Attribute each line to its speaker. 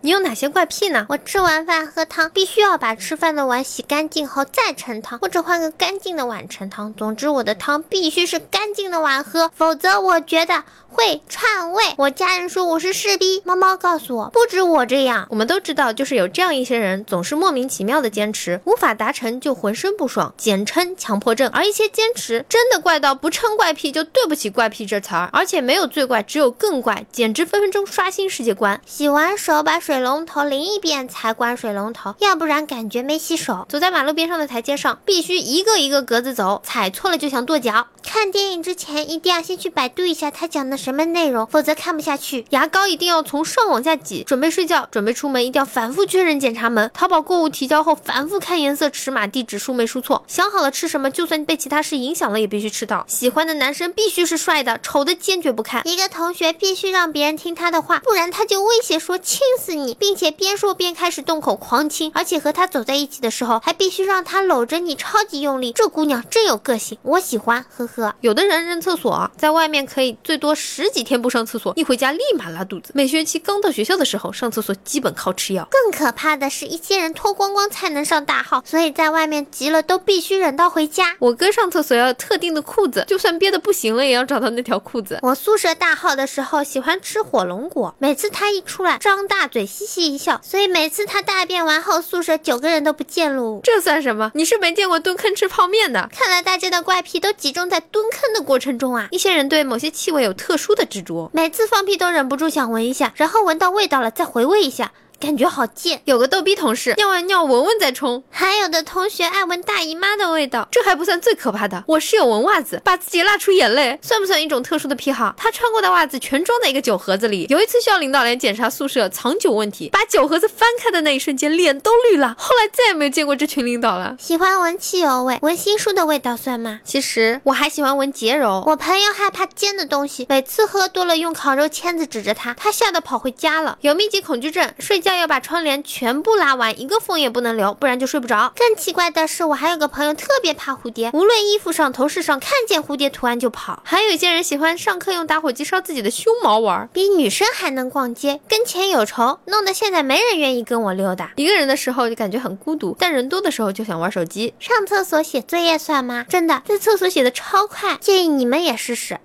Speaker 1: 你有哪些怪癖呢？
Speaker 2: 我吃完饭喝汤，必须要把吃饭的碗洗干净后再盛汤，或者换个干净的碗盛汤。总之，我的汤必须是干净的碗喝，否则我觉得会串味。我家人说我是士逼，猫猫告诉我，不止我这样。
Speaker 1: 我们都知道，就是有这样一些人，总是莫名其妙的坚持，无法达成就浑身不爽，简称强迫症。而一些坚持真的怪到不称怪癖就对不起怪癖这词儿，而且没有最怪，只有更怪，简直分分钟刷新世界观。
Speaker 2: 洗完手把水龙头淋一遍才关水龙头，要不然感觉没洗手。
Speaker 1: 走在马路边上的台阶上，必须一个一个格子走，踩错了就想跺脚。
Speaker 2: 看电影之前一定要先去百度一下他讲的什么内容，否则看不下去。
Speaker 1: 牙膏一定要从上往下挤。准备睡觉，准备出门一定要反复确认检查门。淘宝购物提交后，反复看颜色、尺码、地址、数没输错。想好了吃什么，就算被其他事影响了，也必须吃到。喜欢的男生必须是帅的，丑的坚决不看。
Speaker 2: 一个同学必须让别人听他的话，不然他就威胁说亲死你，并且边说边开始动口狂亲，而且和他走在一起的时候，还必须让他搂着你超级用力。这姑娘真有个性，我喜欢，呵呵。
Speaker 1: 有的人扔厕所，在外面可以最多十几天不上厕所，一回家立马拉肚子。每学期刚到学校的时候，上厕所基本靠吃药。
Speaker 2: 更可怕的是一些人脱光光才能上大号，所以在外面急了都必须忍到回家。
Speaker 1: 我哥上厕所要特定的裤子，就算憋得不行了，也要找到那条裤子。
Speaker 2: 我宿舍大号的时候喜欢吃火龙果，每次他一出来，张大嘴嘻嘻一笑，所以每次他大便完后，宿舍九个人都不见喽。
Speaker 1: 这算什么？你是没见过蹲坑吃泡面的。
Speaker 2: 看来大家的怪癖都集中在蹲坑的过程中啊！
Speaker 1: 一些人对某些气味有特殊的执着，
Speaker 2: 每次放屁都忍不住想闻一下，然后闻到味道了再回味一下。感觉好贱，
Speaker 1: 有个逗逼同事尿完尿闻闻再冲，
Speaker 2: 还有的同学爱闻大姨妈的味道，
Speaker 1: 这还不算最可怕的。我室友闻袜子，把自己辣出眼泪，算不算一种特殊的癖好？他穿过的袜子全装在一个酒盒子里。有一次校领导来检查宿舍藏酒问题，把酒盒子翻开的那一瞬间脸都绿了。后来再也没有见过这群领导了。
Speaker 2: 喜欢闻汽油味，闻新书的味道算吗？
Speaker 1: 其实我还喜欢闻洁柔。
Speaker 2: 我朋友害怕煎的东西，每次喝多了用烤肉签子指着他，他吓得跑回家了。
Speaker 1: 有密集恐惧症，睡觉。要把窗帘全部拉完，一个缝也不能留，不然就睡不着。
Speaker 2: 更奇怪的是，我还有个朋友特别怕蝴蝶，无论衣服上、头饰上看见蝴蝶图案就跑。
Speaker 1: 还有一些人喜欢上课用打火机烧自己的胸毛玩，
Speaker 2: 比女生还能逛街，跟钱有仇，弄得现在没人愿意跟我溜达。
Speaker 1: 一个人的时候就感觉很孤独，但人多的时候就想玩手机。
Speaker 2: 上厕所写作业算吗？真的，在厕所写的超快，建议你们也试试。